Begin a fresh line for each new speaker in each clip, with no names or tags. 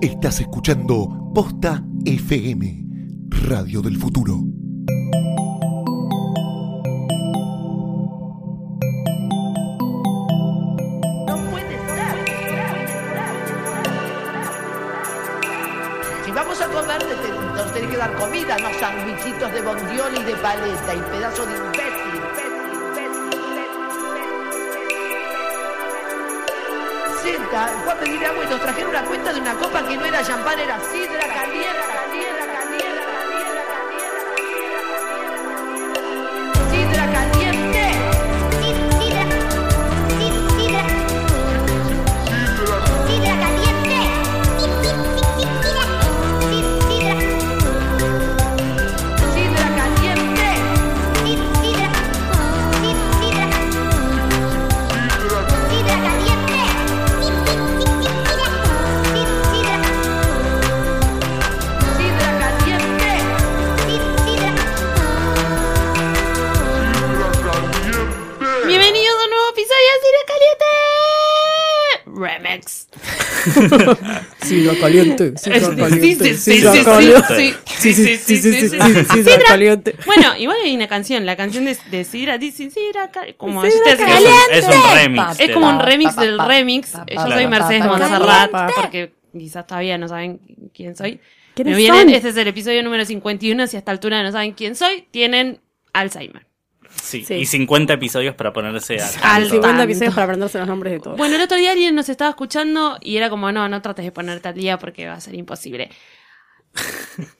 Estás escuchando Posta FM, Radio del Futuro.
No puede ser. Si vamos a comer, te- te- nos tenés que dar comida, no sandwichitos de bondiola y de paleta y pedazo de imbécil. Senta, fue a pedir agua y nos trajeron una cuenta de una copa que no era champán, era sidra caliente, caliente, caliente, caliente, caliente. Sidra caliente. Sidra caliente. Sidra caliente.
Bienvenidos a un nuevo episodio de Cine Caliente Remix.
Sidra caliente, sidra caliente,
Sí, sí, sí,
sidra
sí,
caliente.
sí,
Sí, sí, sí, sí, sí, sí, sidra
Sidra.
caliente.
Bueno, igual hay una canción, la canción de, de Sidra, dice Sidra, Cal- como
Sidra
ustedes-
Es
es,
un, es un remix.
es
de
como
la-
un remix del remix. Yo soy
Claro.
Mercedes
Pa, pa, pa,
Montserrat,
caliente.
porque quizás todavía no saben quién soy.
¿Quiénes
Me vienen,
son?
este es el episodio número 51, si a esta altura no saben quién soy, tienen Alzheimer.
Sí,
Sí.
Y 50 episodios para ponerse a
Al-
tanto.
50
Tanto.
episodios para aprenderse los nombres de todos.
Bueno, el otro día alguien nos estaba escuchando y era como, no, no trates de ponerte al día porque va a ser imposible.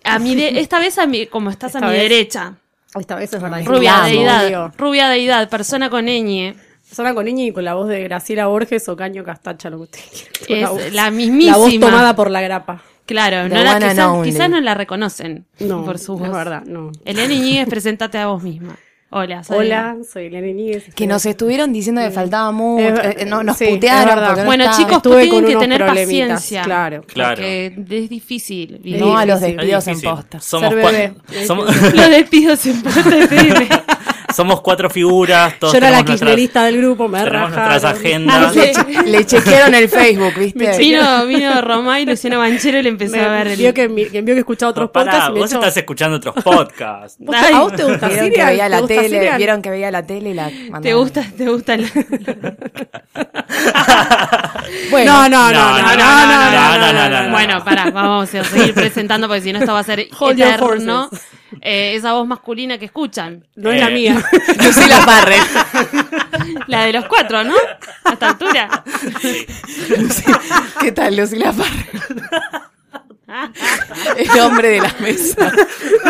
A mi de- esta vez, a mi, como estás
Esta
a mi
vez.
derecha,
Esta vez es verdad.
rubia
Vamos,
deidad,
digo.
rubia deidad, persona con ñ,
Sona con Iñi y con la voz de Graciela Borges o Caño Castacha, lo que usted quiera.
es
Con
la mismísima.
la voz tomada por la grapa.
Claro,
The
no la,
one and
quizás,
only.
quizás no la reconocen
No,
por su voz.
es verdad, no.
Elena Iñiguez, presentate a vos misma. Hola, soy
Hola, soy Elena Iñiguez.
Que nos estuvieron diciendo que faltaba mucho,
Es-
eh, no, nos
sí, es
putearon.
verdad.
porque no
Bueno,
estaba.
chicos,
Estuve
tienen
con
que
unos
tener
problemitas,
paciencia.
claro.
Claro.
Porque es difícil. vivir.
no a los
difícil.
Es
despidos en
difícil.
posta.
Somos,
Ser
cua-
bebé.
somos,
Lo despido sin poder decirme.
somos cuatro figuras, todos
Yo era la
tenemos nuestras,
kirchnerista del grupo, me
tenemos
rajaron.
nuestras agendas.
Sí.
Le chequearon el Facebook, ¿viste?
Vino, vino Román y Luciano Banchero y le empezó
Me-
a ver el...
vio, que, mi- que vio que escuchaba otros
No, pará,
podcasts y me
vos
echó-
estás escuchando otros podcasts.
¿Vos- ¿A vos te gusta
Vieron que
Sirian?
veía
¿Te
la
gusta
tele,
Sirian?
vieron que veía la tele y la
¿Te
mandaron.
gusta? ¿Te gusta? la-
Bueno,
No, no, no, no, no, no,
Ah,
no, no, no, no, no.
Bueno, pará, vamos a seguir presentando porque si no esto va a ser
Hold your forces.
eterno. Eh, esa voz masculina que escuchan.
No es la
Eh.
mía.
Lucila Parre.
La de los cuatro, ¿no? A esta altura.
¿Qué tal, Lucila Parre? El hombre de la mesa.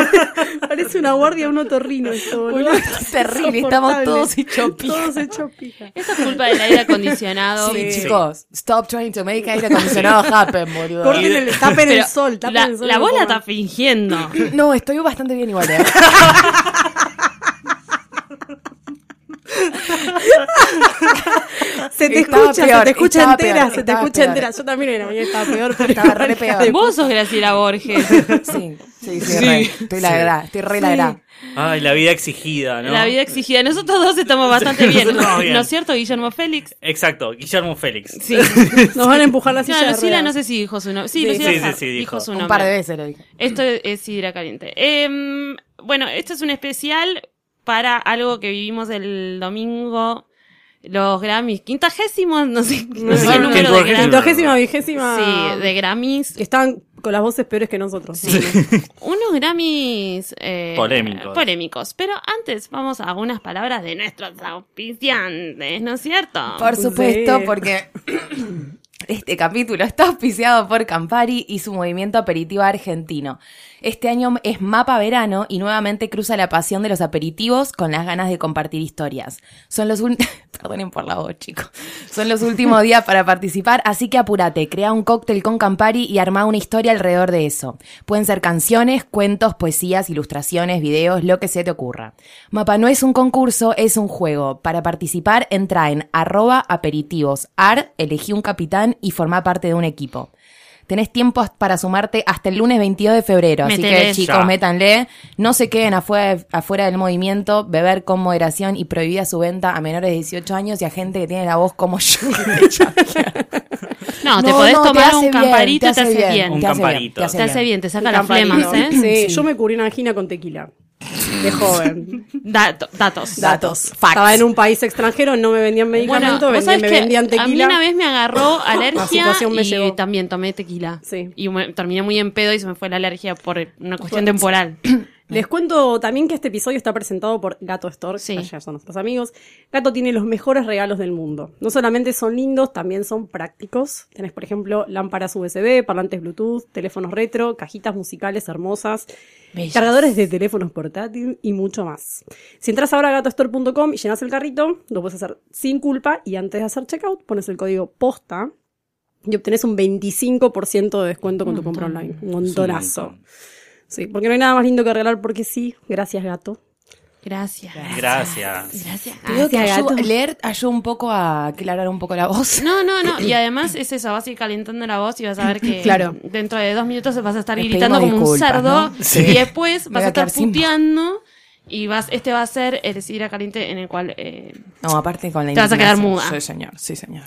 Parece una guardia, un otorrino esto, boludo.
Boludo, es terrible, estamos todos hechos
hechos
pija.
Todos hechos pija.
Eso es culpa del aire acondicionado.
Sí, chicos, stop trying to make aire acondicionado happen, boludo.
Corten el, tapen
Pero
el sol, tapen
la,
el sol.
la
no
bola
pongan.
está fingiendo.
No, estoy bastante bien igual. ¿eh?
Se te
Estaba
escucha, se
peor,
te escucha
estaba
entera,
peor,
se te
estaba
escucha
peor.
entera. Yo también en la mañana estaba peor, pero
Estaba re
hija
peor.
de-
Vos sos Graciela Borges.
Sí, sí, sí, re. Estoy lagrada, estoy re lagrada.
Ay, la vida exigida, ¿no?
La vida exigida. Nosotros dos estamos bastante
Sí,
bien.
nosotros bien.
¿No es cierto, Guillermo Félix?
Exacto, Guillermo Félix.
Sí.
Nos van a empujar la silla.
No,
de
Lucila
ruedas.
no sé si dijo su nombre. Sí,
Sí.
Lucila
Sí, sí,
Sar-
sí,
dijo
dijo.
su nombre.
Un par de veces lo dije.
Esto es sidra caliente. Em, bueno, esto es un especial para algo que vivimos el domingo, los Grammys. Quintagesimo, no sé, no sé el número
No,
de
quincuagésimo.
Grammys.
Quincuagésima, vigésima.
Sí, de Grammys.
que Estaban con las voces peores que nosotros.
Sí. Unos Grammys eh,
Polémicos.
polémicos. Pero antes vamos a unas palabras de nuestros auspiciantes, ¿no es cierto?
Por supuesto,
Sí.
porque este capítulo está auspiciado por Campari y su movimiento aperitivo argentino. Este año es Mapa Verano y nuevamente cruza la pasión de los aperitivos con las ganas de compartir historias. Son los ul- Perdonen por la voz, chicos. Son los últimos días para participar, así que apúrate, eh, crea un cóctel con Campari y arma una historia alrededor de eso. Pueden ser canciones, cuentos, poesías, ilustraciones, videos, lo que se te ocurra. Mapa no es un concurso, es un juego. Para participar, entra en arroba aperitivos, ar, elegí un capitán y formá parte de un equipo. Tenés tiempo hasta- para sumarte hasta el lunes 22 de febrero, así
Métele.
que chicos,
Ya.
métanle. No se queden afuera, afuera del movimiento, beber con moderación y prohibida su venta a menores de 18 años y a gente que tiene la voz como yo.
No, te
No,
podés
no, Ah, te
tomar
hace
un
bien,
camparito y te hace bien.
Un
te hace
camparito.
te hace
Te hace bien, te saca las
Campanito.
flemas, ¿eh?
Sí,
Sí.
yo me cubrí una angina con tequila. De joven.
Dato- datos.
Datos,
Estaba
facts.
en un país extranjero, no me vendían
Bueno,
medicamentos,
vos
vendían-
sabés
me
que
vendían
a mí
tequila.
una vez me agarró alergia
situación me
y
llevó.
también tomé tequila.
Sí.
Y me- terminé muy en pedo y se me fue la alergia por una cuestión temporal.
Les cuento también que este episodio está presentado por Gato Store,
Sí.
que allá son nuestros amigos. Gato tiene los mejores regalos del mundo. No solamente son lindos, también son prácticos. Tenés, por ejemplo, lámparas USB, parlantes Bluetooth, teléfonos retro, cajitas musicales hermosas, cargadores de teléfonos portátil y mucho más. Si entras ahora a gatostore.com y llenas el carrito, lo puedes hacer sin culpa y antes de hacer checkout pones el código POSTA y obtenés un 25% de descuento con tu compra online. Un
Es un
montonazo.
montón.
Sí, porque no hay nada más lindo que regalar porque sí. Gracias, gato.
Gracias.
Gracias.
Gracias.
Te digo que
Gracias,
ayuda-
gato.
leer ayuda un poco a aclarar un poco la voz.
No, no, no. Y además es eso, vas a ir calentando la voz y vas a ver que
Claro.
dentro de dos minutos vas a estar
Les
gritando como
pedimos
un
disculpas,
cerdo.
¿no? Sí.
Y después
Me voy
vas
a
a estar
quedar sin voz.
puteando. Y vas, este va a ser el sidra caliente en el cual eh,
No, aparte con la
Te vas a quedar
indignación.
muda.
Sí, señor, sí, señor.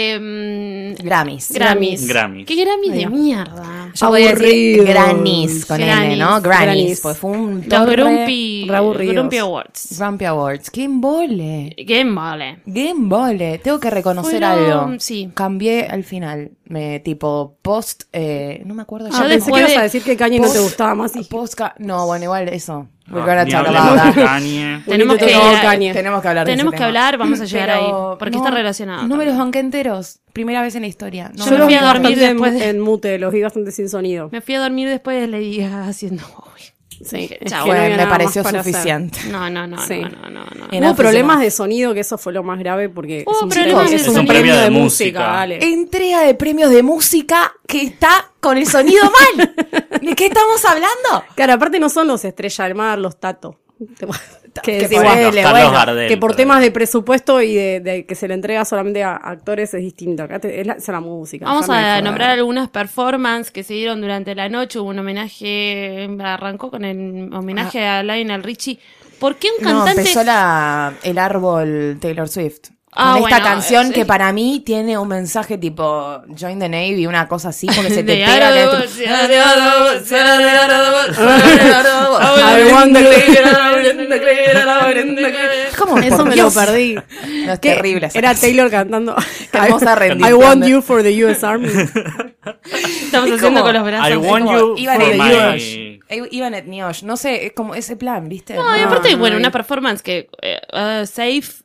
eh,
Grammys.
Grammys.
Grammys.
¿Qué Grammys
Ahí
de
va.
mierda?
Yo voy a decir
Aburridos.
Grammys con N, ¿no?
Grammys,
Grammys.
Grammys.
Pues fue un
Los
torre-
Grumpy,
re aburridos.
Grumpy Awards.
Grumpy Awards. ¡Qué embole!
Qué mole.
¡Qué embole! Tengo que reconocer
Fueron-
algo.
sí.
Cambié al final. Me, tipo, post... Eh, no me acuerdo.
Ah,
Ah,
Yo
pensé
después
que ibas
de-
a decir que Kanye no te
Post-
gustaba más. Y...
Postca- no, bueno, igual eso. We're
No,
gonna
Ah, ni
talk
hablemos
about
de
that.
Kanye.
Tenemos
Bonito
que-
todo, Kanye.
Tenemos que hablar de
Tenemos
ese
que
tema.
hablar, vamos a llegar
Pero
ahí. Porque
no,
está relacionado.
Números
también.
banquenteros. Primera vez en la historia. No,
Yo
no,
me fui a
no,
vi
dormir
bastante
después
en,
de-
en mute, los vi bastante sin sonido.
Me fui a dormir después de Lady Gaga haciendo. Uy.
Sí, es
Chao.
que no
Bueno,
había
me
nada más
pareció
para hacer.
suficiente.
No, no, no,
Sí.
no, no, no, no.
En
Hubo
África.
problemas de sonido, que eso fue lo más grave porque
Hubo
es un,
problemas
premio-
de
es un
sonido.
premio de
Premio de
música,
música.
dale.
Entrega de premios de música que está con el sonido mal. ¿De qué estamos hablando?
Claro, aparte no son los Estrella del Mar, los Tato. Que,
Que
es
por-
igual,
Los Carlos
bueno,
Gardel,
que por
por
temas
ahí.
de presupuesto y de, de que se le entrega solamente a actores es distinto. Acá te- es, la, es la música.
Vamos
déjame de
a
joder.
nombrar algunas performances que se dieron durante la noche. Hubo un homenaje, arrancó con el homenaje a Lionel Richie. ¿Por qué un
Ah. No,
cantante?
empezó la, el árbol Taylor Swift.
Ah,
con esta
bueno,
canción
sí.
que para mí tiene un mensaje tipo Join the Navy, una cosa así, porque se te
De
pega. que
árbol,
es tipo-
de árbol, de árbol.
I want
Es
¿Cómo?
Eso
Por
me
Dios.
lo perdí.
No, es
¿Qué?
terrible. esa
Era
canción.
Taylor cantando.
Qué hermosa
I
rendición
want
de-
you for the US Army.
Estamos haciendo con los brazos.
I want
Como
you
Iban
for
et
my-
Niosh. Eh, Iban et Niosh. No sé, es como ese plan, ¿viste?
No, y
No,
aparte,
no,
bueno,
no.
una performance que eh, uh, safe,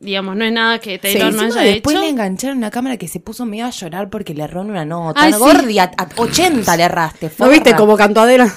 digamos, no es nada que
Sí,
Taylor no
encima
haya
después
hecho.
le engancharon una cámara que se puso medio a llorar porque le erró en una nota.
Ay,
No,
sí.
Gordi, a, a 80 le erraste.
¿No viste
como
cómo cantó Adela?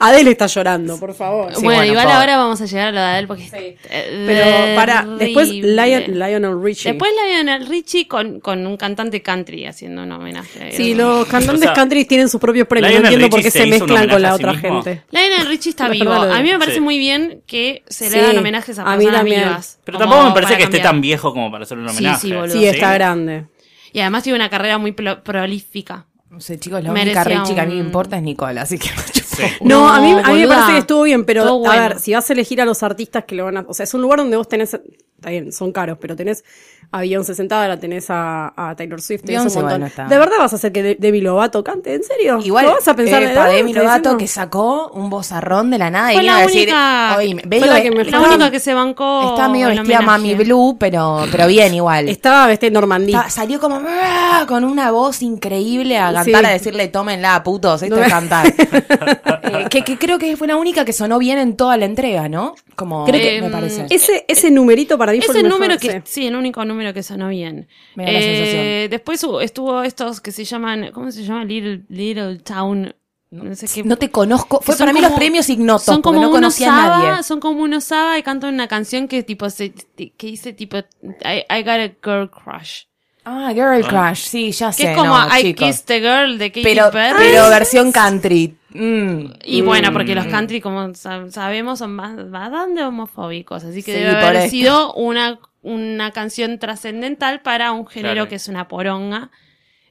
Adele está llorando, por favor.
Sí,
bueno,
bueno,
igual
pobre.
ahora vamos a llegar a lo de él porque
Pero para, después Lion- Lionel Richie.
Después Lionel Richie con, con un cantante country haciendo un homenaje.
Sí,
Bueno.
los cantantes
O sea,
country tienen sus propios premios.
Lionel
no entiendo por
Richie
qué
se
se
hizo un
mezclan con la
homenaje a
otra
sí mismo.
gente.
Lionel Richie está
La
vivo.
verdad lo de-
A mí me parece
Sí.
muy bien que se le
Sí,
hagan homenajes a
a
personas
mí también.
vivas.
Pero
como
tampoco me parece
para
que esté
cambiar.
tan viejo como para hacer un
Sí,
homenaje.
sí, boludo.
Sí, está grande.
Y además tiene una carrera muy pro- prolífica.
No sé, chicos, la
Merecía
única Richie que a mí
un-
me importa es Nicole, así que me chupo.
No, a mí, a mí me
boluda.
parece que estuvo bien, pero
Estuvo
a
bueno.
ver, si vas a elegir a los artistas que lo van a. O sea, es un lugar donde vos tenés. Está bien, son caros, pero tenés a Beyoncé sentada, la tenés a, a Taylor Swift, tenés
Beyoncé
un
igual
montón.
no está.
¿De verdad vas a hacer que De- Demi Lovato cante? ¿En serio?
Igual,
¿Lo vas a pensar
epa,
"Ah,
Demi
está
Lovato
diciendo"?
que sacó un bozarrón de la nada y
Fue
vino
la
a decir,
única-
"Oíme,
fue la
lo-
que me
La
Está-
única que se bancó.
Está medio
el
vestida
homenaje.
Mami Blue, pero, pero bien igual.
Estaba vestida en Normandía.
Está- salió como "Ah", con una voz increíble a
Sí.
cantar, a decirle, tómenla, putos, esto
No.
es cantar. Eh, que, que creo que fue la única que sonó bien en toda la entrega, ¿no? Como
Creo que- mm,
me parece.
Ese, ese numerito para mí
Es
fue
el
el mejor,
número que,
sí.
sí, el único número que sonó bien.
Me da la
Eh,
sensación.
después hubo- estuvo estos que se llaman, ¿cómo se llama? Little, Little Town. No sé qué.
No te conozco. Fue
que son
para mí los
como-
premios ignotos,
Son como
porque no
unos
conocía a nadie.
Saba, son como unos Saba y cantan una canción que tipo se, que dice tipo I, I got a girl crush.
Ah, Girl Crush, sí, ya
Que
sé.
es como
no,
I
chicos.
kissed the girl de Katy
pero,
Perry.
pero versión country. Mm.
y bueno, porque los country, como sa- sabemos, son más bastante homofóbicos, así que
Sí,
debe
por
haber
esto.
sido una, una canción trascendental para un género
Claro.
que es una poronga.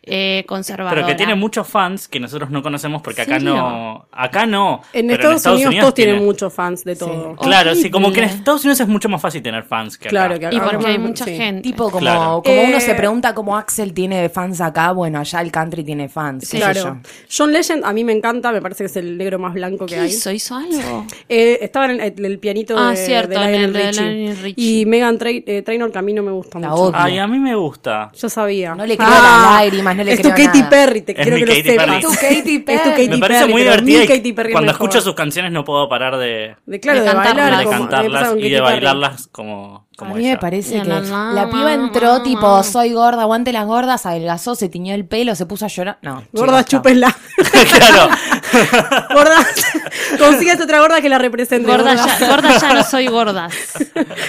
eh, conservadora.
Pero que tiene muchos fans que nosotros no conocemos porque acá
¿Serio?
no. Acá no.
En
pero
Estados, Unidos, todos
tiene-
tienen muchos fans de todo.
Claro, sí, como que en
Horrible.
Estados Unidos es mucho más fácil tener fans que acá.
Claro que
Y
acá-
porque hay mucha
sí.
gente.
Tipo como,
Claro.
como uno
Eh,
se pregunta cómo Axel tiene fans acá, bueno, allá el country tiene fans. qué sé yo.
Claro. John Legend a mí me encanta, me parece que es el negro más blanco que
¿Qué
hay.
hizo? ¿Hizo algo?
Eh, estaba en el, el pianito
Ah,
de,
cierto,
de
en
Lionel
el de
Richie.
Lionel Richie.
Y Megan Trai- eh, Trainor que a mí no me gusta
La
mucho.
odio.
Ay, a mí me gusta.
Yo sabía. Ah,
No le creo las lágrimas, no le
es
creo
tu Katy
nada.
Perry, te
Es
quiero
mi
que lo
Katy
sepas.
Perry. Tu
Katy
Es tu
Perry.
Katy
Me parece
Perry,
muy
pero mi
divertida. y
Katy Perry es
cuando
mejor.
escucho sus canciones no puedo parar de,
De, claro,
De
de, bailar,
cantarlas.
de
como- me pasa
cantarlas
con
y
Katy
de
Perry.
bailarlas como, como
A mí me
ella.
parece
Ya,
que
la, la,
la
la,
piba entró
la,
tipo,
la.
soy gorda, aguante las gordas, adelgazó, se tiñó el pelo, se puso a llorar. No.
Gorda,
chicos,
chúpenla.
claro.
gorda, consigas otra gorda que la represente.
Gorda ya, gorda ya no soy gordas.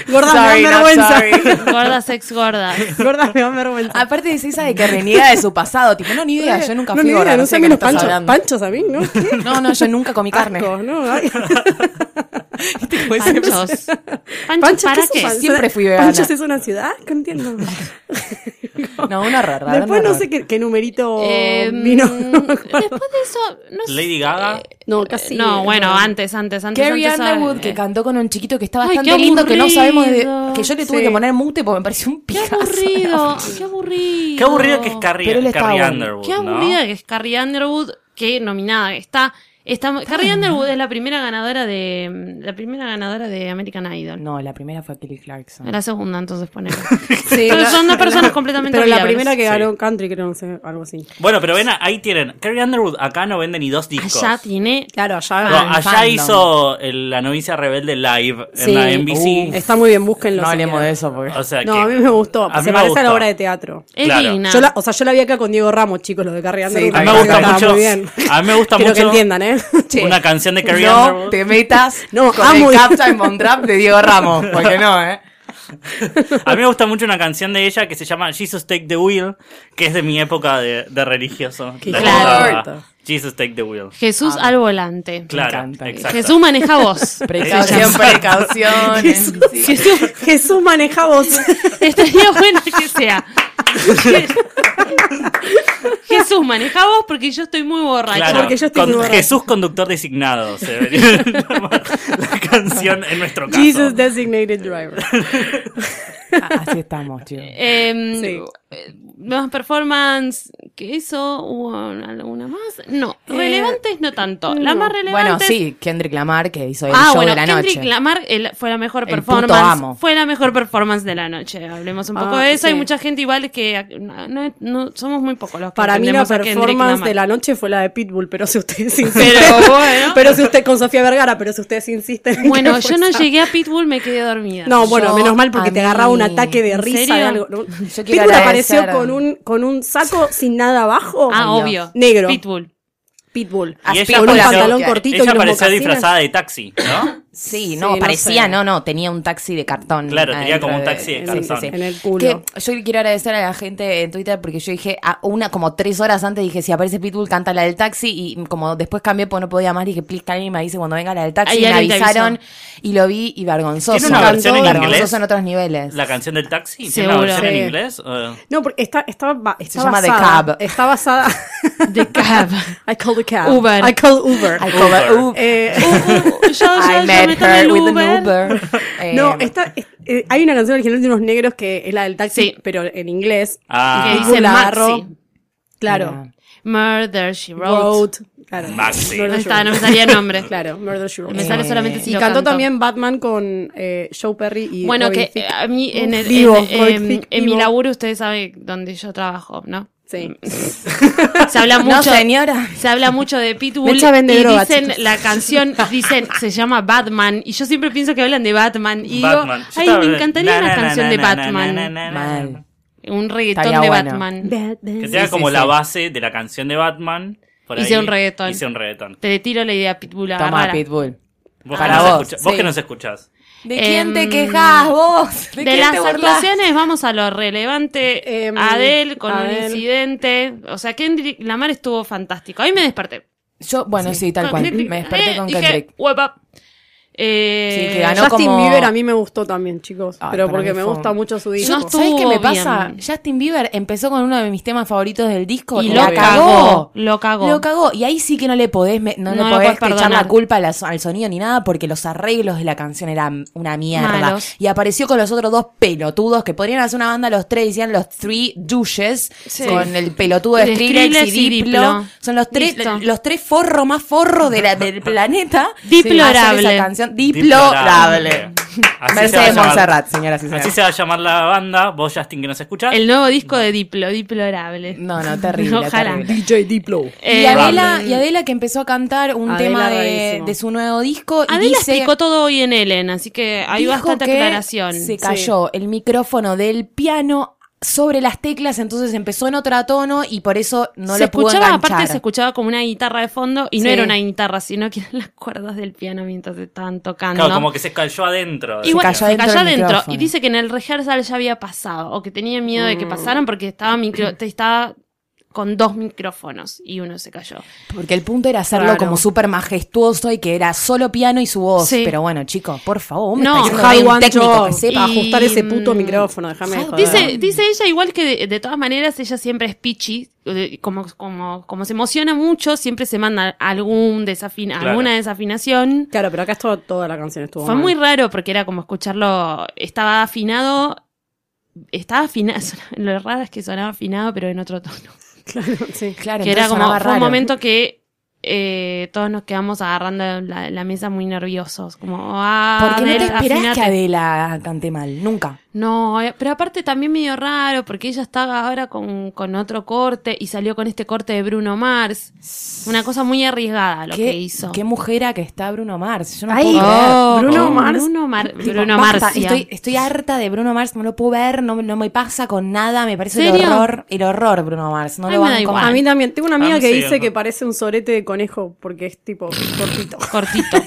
Gordas me dan
Sorry, not
vergüenza.
Gordas ex gordas.
Gordas me dan
no.
vergüenza.
Aparte decís esa de que reniega de su pasado, tipo, Eh, no, ni idea, Ah, yo nunca
no,
fui
ni
gorda.
idea, no
sé
sé
qué me
menos
estás
panchos.
hablando.
Panchos a mí, ¿no? ¿Qué?
No, no, yo nunca comí carne.
Asco, no, ay.
¿Viste cómo es eso?
Panchos. Panchos,
Panchos,
¿para
es un
qué?
pan-
Siempre fui vegana.
Panchos es una ciudad, que no entiendo.
No, un horror. la
Después
verdad,
no
un
sé qué, qué numerito
Eh,
vino.
Después de eso, no sé.
Lady Gaga.
no, casi.
no, bueno, antes, antes, antes.
Carrie
antes,
Underwood,
eh,
que cantó con un chiquito que está
Ay,
bastante
qué
lindo, que no sabemos de...
aburrido.
Que yo le tuve
Sí.
que poner mute porque me pareció un
Qué
pijazo.
aburrido, qué aburrido.
Qué aburrido que es Carrie,
Pero él estaba
Carrie
bueno.
Underwood,
Qué
¿no?
aburrida que es Carrie Underwood, que nominada está. está Carrie Underwood es la primera ganadora de la primera ganadora de American Idol.
No, la primera fue Kelly Clarkson.
La segunda, entonces ponemos.
Sí,
son dos personas completamente
Pero la
olvidables.
primera que
Sí.
ganó country, creo, no sé, algo así.
Bueno, pero ven, ahí tienen. Carrie Underwood acá no vende ni dos discos.
Allá tiene
Claro, allá.
No, allá
fandom.
hizo el- la novicia rebelde live en
Sí.
la NBC.
Está muy bien, búsquenlo.
no
si
hablemos de
quieren.
eso porque...
O sea
No,
que-
a mí me gustó.
a mí me
se parece a la
gustó.
obra de teatro.
es
Claro.
digna.
Yo la, o sea, yo la vi acá con Diego Ramos, chicos, los de Carrie Underwood.
a
mí me
Creo que
gusta
estaba
mucho-
muy bien.
a mí me gusta
Quiero que
mucho-
entiendan, ¿eh?
Una canción de Carrie
No
Underwood.
te metas
No,
con
amo
el
y-
Captain Von Trap de Diego Ramos, porque no, ¿eh?
A mí me gusta mucho una canción de ella que se llama Jesus Take the Wheel, que es de mi época de, de religioso.
Qué
La
claro.
cantaba, Jesus Take the Wheel.
Jesús al volante.
Claro,
encanta.
exacto.
Jesús maneja vos.
Precaución, precaución. en- sí.
Jesús, Jesús maneja voz.
Estaría bueno que sea. Jesús maneja vos porque yo estoy muy borracha.
Claro,
porque yo estoy muy
con-
borracha.
Jesús conductor designado. Se debería llamar la canción en nuestro caso.
Jesus Designated Driver.
Ah, Así estamos, chicos.
Em,
Sí.
eh, Más performance que eso, hubo alguna más. No, relevantes no tanto. La más relevante.
Bueno, sí, Kendrick Lamar que hizo el
Ah,
show
bueno,
de la
Kendrick
noche.
Lamar él, fue la mejor
El
performance.
puto amo.
Fue la mejor performance de la noche. Hablemos un poco
Ah,
de eso.
sí.
Hay mucha gente igual que ah, no, no- no- somos muy pocos los que
Para mí la
entendemos a Kendrick
performance
Lamar.
de la noche fue la de Pitbull, pero si ustedes insisten.
Pero bueno.
Pero si usted con Sofía Vergara, pero si ustedes insisten. en que
Bueno,
fue
yo no
esa.
llegué a Pitbull, me quedé dormida.
No, bueno,
Yo,
menos mal porque
a
te agarraba
mí-
un ataque de
¿En
risa
serio?
de algo. ¿no?
Yo quiero
Pitbull
agradecer-
apareció con un, con un saco sin nada abajo.
ah,
Dios.
obvio.
Negro.
Pitbull.
Pitbull.
Y
Así
ella
con un
apareció-
pantalón cortito
y
Ella
unos
apareció
mocasines.
disfrazada de taxi, ¿no?
Sí,
Sí,
no,
no
parecía,
sé.
no, no, tenía un taxi de cartón.
Claro, tenía
adentro
como un taxi de
sí,
cartón.
sí, sí.
En el culo.
Que yo quiero agradecer a la gente en Twitter porque yo dije, a una como tres horas antes dije, si aparece Pitbull, canta la del taxi. Y como después cambié porque no podía más, dije, please, que alguien me avise cuando venga la del taxi.
Ahí
Y me
alguien te
avisaron
avisó.
y lo vi y vergonzoso.
¿Tiene una versión en
vergonzoso
inglés?
en otros niveles.
La canción del taxi. ¿Tiene una
Seguro.
versión en
Sí.
inglés? Eh,
No, porque está, está, ba- está
llama The
basada.
Cab.
Está basada.
De cab.
I call the cab.
Uber.
I call Uber.
I call it Uber.
Eh,
Uh, uh, yo, yo-
I
yo
met
me tomé
her
el
with an
Uber.
Uber. Eh,
no, está, es- eh, hay una canción original de unos negros que es la del taxi,
Sí.
pero en inglés.
Que
Ah,
dice
la
Maxi.
agarró. Claro.
mira.
Murder, she wrote.
Ah. Road. Claro.
Maxi.
No
Murder, She
está, no me
Wrote.
salía el nombre.
Claro, Murder She Wrote.
Me sale solamente si
Y
lo
cantó
canto.
también Batman con eh, Joe Perry y
Bueno,
Robin
que eh,
Thicke.
a mí en, el,
Vivo,
en-
Robin
em,
Thicke,
en mi
vivo.
laburo ustedes saben dónde yo trabajo, ¿no?
Sí.
Se habla mucho.
No, señora.
Se habla mucho de Pitbull
Mecha vende
y
droga,
dicen
chicos.
la canción, dicen, se llama Batman y yo siempre pienso que hablan de Batman y
Batman.
digo,
Yo
ay,
estaba-
me encantaría
na,
una
na, na,
canción de
na, na,
Batman,
na, na, na, na, na.
un reggaetón
Estaría
de
bueno.
Batman.
Que sea
Sí,
como
sí,
la
sí.
base de la canción de Batman. por
Hice
ahí,
un reggaetón.
Hice un reggaetón.
Te tiro la idea Pitbull,
Toma,
agárrala.
Pitbull.
Vos,
Ah.
Para
que, nos
vos,
escucha- vos
sí.
que nos escuchás.
¿De
quién
quién
te
te
quejas
quejas vos?
De, las actuaciones vamos a lo relevante.
Em,
Adele con un
Adele.
incidente. O sea, Kendrick Lamar estuvo fantástico. Ahí me desperté.
Yo, bueno, sí, tal cual.
Kendrick,
Me desperté
eh,
con
dije,
Kendrick.
"Uepa". Eh,
Sí, que ganó.
Justin
como-
Bieber a mí me gustó también, chicos.
Ay,
pero
para
porque
mí
me
fue
gusta
un-
mucho su disco.
No
Yo, ¿sabes qué
estuvo
me pasa?
bien.
Justin Bieber empezó con uno de mis temas favoritos del disco
Y
y,
lo
la
cagó,
cagó.
lo cagó.
Lo cagó. Y ahí sí que no le podés, me- no,
No
le
lo
podés
podés
echar
perdonar.
la culpa al, al sonido ni nada porque los arreglos de la canción eran una mierda.
Malos.
Y apareció con los otros dos pelotudos que podrían hacer una banda los tres, decían los Three Douches,
Sí.
con el pelotudo de
De
Skrillex,
Skrillex
y
y
Diplo.
Diplo.
Son los tres,
Listo.
los tres forros más forros de la- del planeta.
Diplorable.
Hacer esa canción. Diplorable.
Así se va a
Mercedes
llamar-
Montserrat, señoras y señores.
Así se va a llamar la banda. Vos, Justin, que nos escuchás.
El nuevo disco de Diplo, Diplorable.
No, no, terrible,
Ojalá.
terrible.
DJ Diplo.
Y
Eh,
Adela, y Adela que empezó a cantar un
Adela
tema de,
rarísimo.
de su nuevo disco y
Adela
dice,
explicó todo hoy en Ellen, así que hay
dijo
bastante
que
aclaración.
Se cayó el micrófono del piano sobre las teclas, entonces empezó en otra tono y por eso no
se
lo pudo
escuchaba,
enganchar.
aparte se escuchaba como una guitarra de fondo y no
Sí.
era una guitarra, sino que eran las cuerdas del piano mientras estaban tocando.
Claro, como que se cayó adentro.
Igual,
cayó
se
adentro
cayó
del
adentro
micrófono.
y dice que en el rehearsal ya había pasado o que tenía miedo de que pasaran porque estaba micro, te- estaba con dos micrófonos y uno se cayó.
Porque el punto era hacerlo
Claro.
como súper majestuoso y que era solo piano y su voz.
Sí.
Pero bueno, chicos, por favor, me
No,
está diciendo
How
bien
one mm,
técnico que
job.
sepa.
Y-
Ajustar ese puto micrófono, déjame de joder.
Dice, dice ella igual que de, de todas maneras ella siempre es pichi, de- como, como, como se emociona mucho, siempre se manda algún desafin,
Claro.
alguna desafinación.
Claro, pero acá estuvo toda la canción estuvo
Fue
mal.
muy raro porque era como escucharlo, estaba afinado, estaba afinado, lo raro es que sonaba afinado pero en otro tono.
Claro, sí.
Claro,
que
entonces
era como
sonaba
fue un
raro.
momento que eh, todos nos quedamos agarrando la, la mesa muy nerviosos como ah
Porque no te
Adela,
esperás
afinate.
que Adela cante mal, nunca.
no eh, pero aparte también medio raro porque ella estaba ahora con, con otro corte y salió con este corte de Bruno Mars una cosa muy arriesgada lo que hizo
Qué mujera que está Bruno Mars. Yo no
Ay,
puedo
Oh,
creer.
Bruno
con
Mars.
Bruno, Mar-
Tipo,
Bruno
basta,
Marcia.
Estoy, estoy harta de Bruno Mars, no lo puedo ver, no, no me pasa con nada, me parece el
¿Serio?
horror, el horror Bruno Mars, no
Ay,
lo
me da
banco.
igual.
A mí también. Tengo una
Ah,
amiga que
sí,
dice
ajá.
que parece un sorete de conejo porque es tipo cortito.
cortito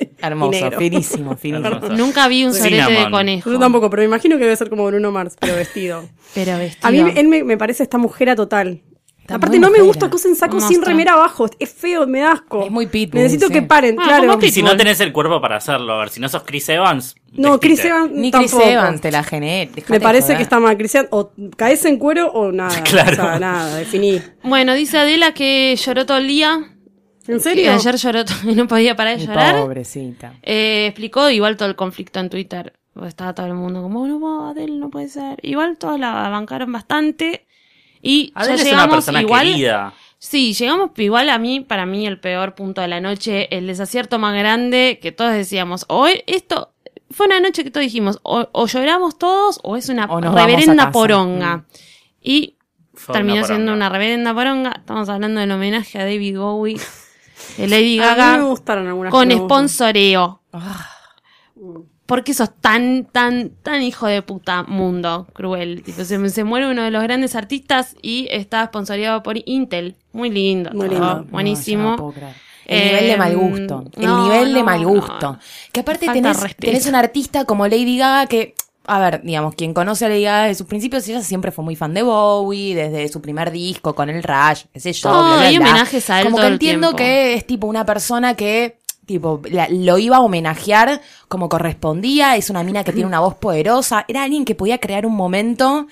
Y
Hermoso,
negro.
finísimo, finísimo.
Hermoso.
nunca vi un
Sí.
sorete de
Cinnamon.
conejo
Yo tampoco, pero me imagino que debe ser como Bruno Mars, pero vestido.
pero vestido
A mí él me, me parece esta mujera total.
Está
Aparte,
muy
no me
mujera.
gusta que usen saco sin
Monstruo.
remera abajo. Es feo, me da asco.
Es muy pitbull,
Necesito
sí.
que paren,
Ah,
claro.
como
Y si no
Pitbull.
tenés el cuerpo para hacerlo, a ver, si no sos Chris Evans.
No,
vestite.
Chris Evans
Ni Chris
tampoco.
Evans te la generé. dejate
Me
de
parece
joder.
que está mal. Chris Evans, o caes en cuero o nada.
Claro.
O sea, nada, definí.
bueno dice Adela que lloró todo el día
¿En
que
serio?
ayer lloró todo- no podía parar de
Mi
llorar
Pobrecita.
Eh, explicó igual todo el conflicto en Twitter. porque Estaba todo el mundo como, no, no, Adel no puede ser. Igual todos la bancaron bastante. Y ya
Adele es una
llegamos
persona
igual.
querida.
Sí, llegamos igual a mí, para mí el peor punto de la noche, el desacierto más grande que todos decíamos, o e- esto fue una noche que todos dijimos, o, o lloramos todos o es una
O nos vamos a
reverenda
casa. Mm.
poronga. Y
Fue
terminó
una
siendo
poronga.
una reverenda poronga. Estamos hablando del homenaje a David Bowie, de Lady
A mí me
Gaga,
gustaron algunas
con
que me gustan.
sponsoreo.
Ah.
¿Por qué sos tan, tan, tan hijo de puta mundo cruel? Tipo, se, se muere uno de los grandes artistas y está sponsoreado por Intel. Muy lindo.
Muy
todo,
lindo.
No, yo
Buenísimo.
no puedo creer. El
Eh,
nivel de mal gusto. El
no,
nivel de
no,
mal
no.
gusto. Que aparte
Falta
tenés,
respeto.
tenés un artista como Lady Gaga que. A ver, digamos, quien conoce a Lady Gaga desde sus principios, ella siempre fue muy fan de Bowie, desde su primer disco con el Rush, qué sé yo.
Todo,
bla, bla,
hay
bla.
homenajes a él
Como
todo
que
el
entiendo
tiempo.
que es tipo una persona que, tipo, la- lo iba a homenajear como correspondía, es una mina que tiene una voz poderosa, era alguien que podía crear un momento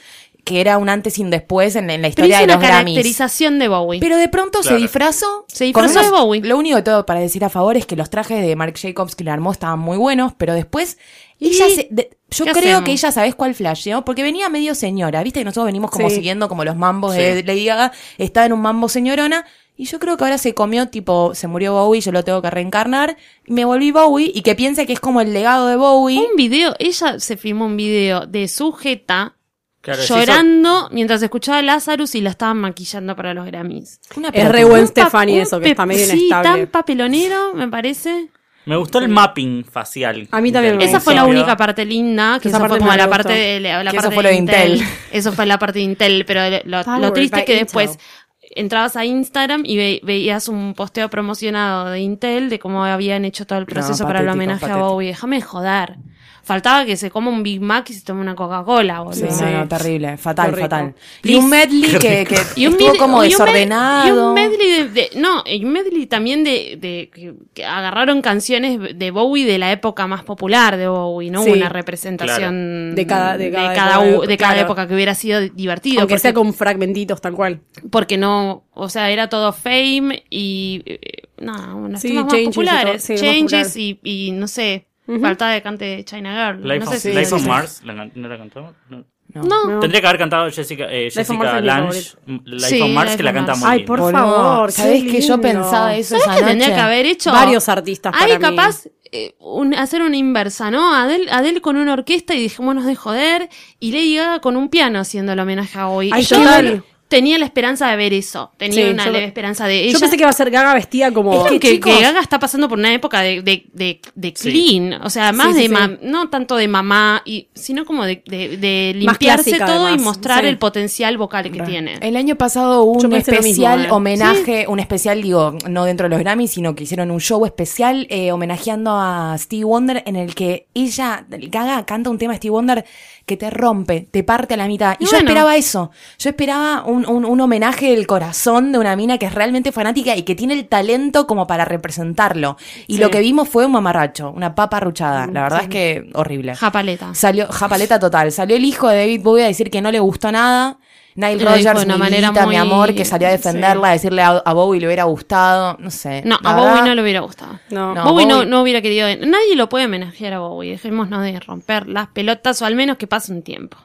que era un antes y un después en, en
Pero
la historia
hizo
de
una
los Grammys.
caracterización de Bowie.
Pero de pronto
Claro.
se disfrazó.
Se disfrazó
con
de Bowie.
Lo único de todo para decir a favor es que los trajes de Marc Jacobs que le armó estaban muy buenos, pero después
Y-
ella se- de- yo
¿qué
creo
hacemos?
que ella sabes cuál flasheó, porque venía medio señora, viste que nosotros venimos como
Sí.
siguiendo como los mambos
Sí.
de Lady Gaga, estaba en un mambo señorona, y yo creo que ahora se comió, tipo, se murió Bowie, yo lo tengo que reencarnar, y me volví Bowie, y que piensa que es como el legado de Bowie.
un video, ella se filmó un video de su jeta
Claro, se hizo-
llorando mientras escuchaba a Lazarus y la estaban maquillando para los Grammys.
Una
Es re
pelotuda.
Gwen
Un pa-
Stefani
un
eso, que está
pe-
medio
sí,
inestable.
tan papelonero, me parece.
Me gustó el mapping facial.
A mí también me
Del
Esa fue la
principio.
única parte linda, que esa
Esa parte
fue como
me
la
gustó.
parte de la, la
Que eso
parte
fue lo de Intel.
Eso fue la parte de Intel, pero lo, lo
Powered
triste
by
es que después
Intel.
entrabas a Instagram y ve- veías un posteo promocionado de Intel de cómo habían hecho todo el proceso para el
patético,
homenaje a
patético.
Bowie. Déjame de joder. Faltaba que se coma un Big Mac y se tome una Coca-Cola,
Sí,
boludo.
no, no, terrible, fatal,
Qué rico.
fatal. Y un medley que, que
Y un
estuvo
med-
como
y un med-
desordenado.
Y un medley de, de- no, y un medley también de, de- que, que agarraron canciones de Bowie de la época más popular de Bowie, no
Sí,
hubo una representación
claro. De cada- de cada
u-
época,
de cada
claro.
época que hubiera sido divertido,
Aunque
porque,
sea con fragmentitos, tal cual.
porque no, o sea, era todo fame y eh, nada, unos
Sí,
temas más
changes y
populares,
todo, sí, más
changes
popular.
y, y no sé,
Ujú.
falta de cante de China Girl,
Life,
no
on,
sé si
Life on
sí.
Mars, ¿la can- ¿no la cantamos? No.
No.
No,
No.
Tendría que haber cantado Jessica, eh,
Life on Mars
Jessica
es mi
Lange, mm, Life
Sí,
on Mars,
Life
que la
on
canta
Mars.
muy
Ay,
bien.
por
Boludo,
favor, qué
¿Sabés que yo
lindo?
pensaba eso
¿Sabes
esa
qué
noche?
tendría que haber hecho?
Varios artistas
Hay
para mí.
capaz eh, un- hacer una inversa, ¿no? Adel, Adel con una orquesta y dejémonos de joder. Y Lady Gaga con un piano haciendo el homenaje a hoy.
Ay,
yo
total.
tenía la esperanza de ver eso. Tenía
Sí,
una
yo-
leve esperanza de ella.
Yo pensé que iba a ser Gaga vestida como.
Es que, que
chicos-
Gaga está pasando por una época de, de, de, de
Sí.
clean, o sea, más
Sí, sí,
de
sí.
ma- no tanto de mamá, y, sino como de, de, de
Más
limpiarse
clásica,
todo y
además.
mostrar
Sí.
el potencial vocal que
Re.
tiene.
El año pasado
Yo
hubo un
pensé lo
especial
mismo, ¿eh?
homenaje, un especial, digo, no dentro de los Grammys, sino que hicieron un show especial eh, homenajeando a Stevie Wonder en el que ella, Gaga, canta un tema de Stevie Wonder que te rompe, te parte a la mitad. Y
Y
yo
bueno.
esperaba eso. Yo esperaba un, un- un homenaje del corazón de una mina que es realmente fanática y que tiene el talento como para representarlo. Y lo que vimos fue un mamarracho, una papa arruchada.
Mm,
La verdad es que horrible.
Japaleta.
Salió, japaleta total. Salió el hijo de David Bowie a decir que no le gustó nada. Nile
Lo dijo
Rogers,
de una
mi
manera
vida, mi
muy-
amor, que salió a defenderla, a decirle a, a Bowie le hubiera gustado. No sé.
No,
La
a Bowie
verdad,
no le hubiera gustado.
No.
No.
Bowie, No,
Bowie-
no hubiera querido. Nadie lo puede homenajear a Bowie. Dejémonos de romper las pelotas o al menos que pase un tiempo.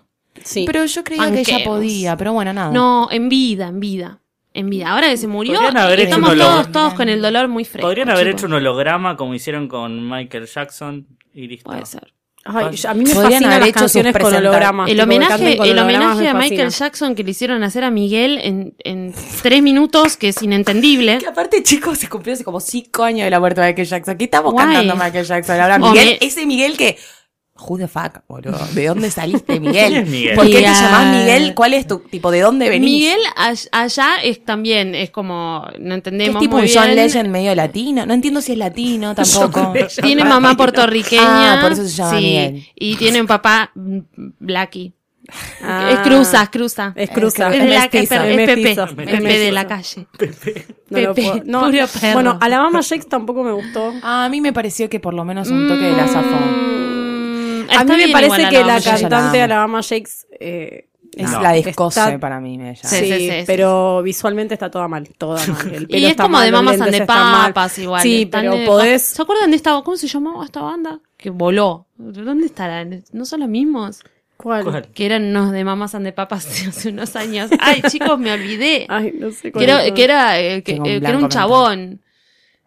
Sí.
Pero yo creía que ella
Banquemos.
podía, pero bueno, nada.
No, en vida, en vida. En vida. Ahora que se murió,
Podrían haber hecho
estamos
un
todos,
holograma.
todos con el dolor muy fresco.
Podrían haber
chicos.
hecho un holograma como hicieron con Michael Jackson y listo.
Puede ser.
Ay, yo- a mí me
Podrían
fascinan
haber
las
hecho sus
canciones con
presenta-
hologramas.
El
tipo, que canten
homenaje,
con
el
hologramas
homenaje
me
a Michael
fascina.
Jackson que le hicieron hacer a Miguel en, en tres minutos, que es inentendible.
Que aparte, chicos, se cumplió hace como cinco años de la muerte de Michael Jackson. ¿Qué estamos
Guay.
cantando Michael Jackson? Ahora,
O
Miguel,
me-
ese Miguel que. Who the fuck, boludo? ¿De dónde saliste,
¿Quién
Miguel?
es Miguel?
¿Por qué te
Mira.
llamás Miguel? ¿Cuál es tu tipo? ¿De dónde venís?
Miguel all- allá es también, es como, no
Que es
entendemos
tipo
muy
un John
bien.
Legend medio latino. No entiendo si es latino tampoco.
Tiene mamá puertorriqueña.
Ah, por eso se llama
sí,
Miguel.
Y tiene un papá mm, blacky.
Ah.
Es cruza, cruza.
Es cruza.
Es de la
mestizo,
pero
es
es Pepe,
mestizo,
Pepe
es
de
mestizo.
la calle.
No lo
Pepe,
puedo- no.
puro perro. Ah,
Bueno, a la mamá Shakes tampoco me gustó.
Ah, A mí me pareció que por lo menos un toque de la zafón.
Mm,
A
está
mí me
bien igual
parece
a
que
mamá
la
Shakes.
Shakespeare.
cantante
Yo la amo.
Alabama Shakes eh,
Es
No,
la discose
está-
para mí ella.
Sí,
sí,
sí, sí,
pero visualmente está toda mal, toda mal. El pelo
Y es
está
como
mal,
de
los
mamas and
lentes
de
están mal.
papas igual.
Sí,
están
pero
de-
podés-
¿Se acuerdan de esta? ¿Cómo se llamaba esta banda? Que voló. ¿De ¿Dónde estarán? ¿No son los mismos?
¿Cuál?
¿Cuál?
Que eran unos de mamas and de papas hace unos años. Ay, chicos, me olvidé.
Ay, no
que
sé cuál.
era,
es.
que era, eh, que,
Tengo un
eh, que era
blanco
un
mental.
chabón.